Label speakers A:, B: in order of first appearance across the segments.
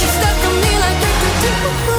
A: You're stuck on me like do, do, do, do.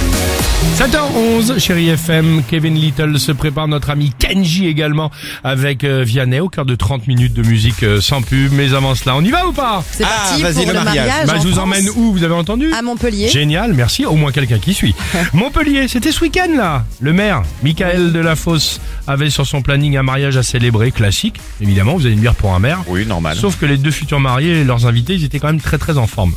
B: 7h11, chérie FM, Kevin Little se prépare, notre ami Kenji également, avec euh, Vianney, au cœur de 30 minutes de musique euh, sans pub. Mais avant cela, on y va ou pas
C: C'est parti
D: Ah, vas-y,
C: pour
D: le
C: le mariage.
B: Bah,
C: en
B: Je vous
C: France,
B: emmène où, vous avez entendu
C: À Montpellier.
B: Génial, merci, au moins quelqu'un qui suit. Montpellier, c'était ce week-end là. Le maire, Michael Delafosse, avait sur son planning un mariage à célébrer, classique, évidemment, vous allez me dire pour un maire.
D: Oui, normal.
B: Sauf que les deux futurs mariés et leurs invités, ils étaient quand même très très en forme.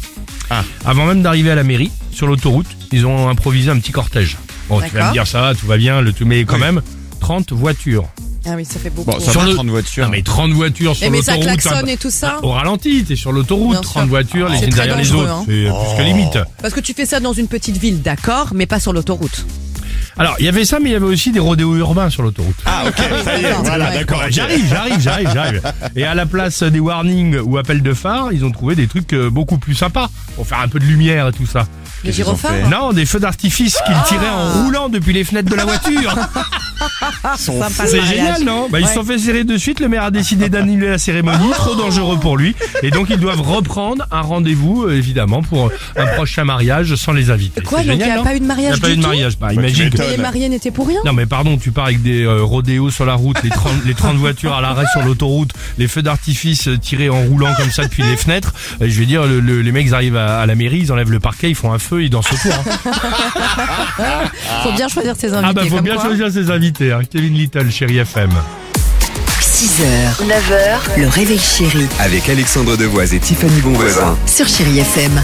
D: Ah.
B: Avant même d'arriver à la mairie, sur l'autoroute, ils ont improvisé un petit cortège. Bon, tu vas
C: D'accord.
B: me dire ça, tout va bien, le tout, mais quand même, 30 voitures.
C: Ah oui, ça fait beaucoup.
D: Bon, ça
B: Sur
D: va
B: le-
D: 30 voitures.
B: Non, mais 30 voitures
C: Eh,
B: sur
C: mais ça
B: l'autoroute.
C: klaxonne
B: hein,
C: et tout ça.
B: Au ralenti, t'es sur l'autoroute,
C: Bien
B: 30
C: sûr. Ah,
B: voitures, les
C: C'est
B: unes
C: très
B: derrière les
C: dangereux,
B: autres.
C: hein.
B: C'est
D: Oh.
B: plus que limite.
C: Parce que tu fais ça dans une petite ville, d'accord, mais pas sur l'autoroute.
B: Alors, il y avait ça, mais il y avait aussi des rodéos urbains sur l'autoroute.
D: Ah, ok, ça y est,
C: D'accord.
D: voilà,
C: Ouais.
D: d'accord. ok.
B: J'arrive, j'arrive, j'arrive, j'arrive. Et à la place des warnings ou appels de phare, ils ont trouvé des trucs euh, beaucoup plus sympas pour faire un peu de lumière et tout ça.
C: Les
D: qu'ils ont
C: gyrophares Ah
D: fait
B: Non, des feux d'artifice qu'ils tiraient en roulant depuis les fenêtres de la voiture.
D: Ils sont fous.
C: Sympa le
B: C'est
C: mariage.
B: génial, non bah, Ils se sont fait serrer de suite. Le maire a décidé d'annuler la cérémonie, trop dangereux pour lui. Et donc, ils doivent reprendre un rendez-vous, euh, évidemment, pour un prochain mariage sans les inviter.
C: Quoi,
B: C'est
C: donc
B: génial,
C: il y a
B: non
C: pas eu de mariage
B: Il y a pas
C: du
B: eu de
C: tout
B: mariage. Bah,
D: tu
B: imagine que-
D: m'étonnes.
C: Mais les mariés n'étaient pour rien.
B: Non mais pardon, tu pars avec des euh, rodéos sur la route, les 30, les 30 voitures à l'arrêt sur l'autoroute, les feux d'artifice euh, tirés en roulant comme ça depuis les fenêtres. Euh, je veux dire, le- le- les mecs ils arrivent à, à la mairie, ils enlèvent le parquet, ils font un feu, ils dansent autour. hein.
C: Faut bien choisir ses invités.
B: Ah bah faut
C: comme
B: bien
C: quoi.
B: choisir ses invités. hein. Kevin Little, chérie FM.
E: 6h, 9h, le réveil chéri
F: Avec Alexandre Devoise et Tiffany Bonvoisin.
E: sur Chérie FM.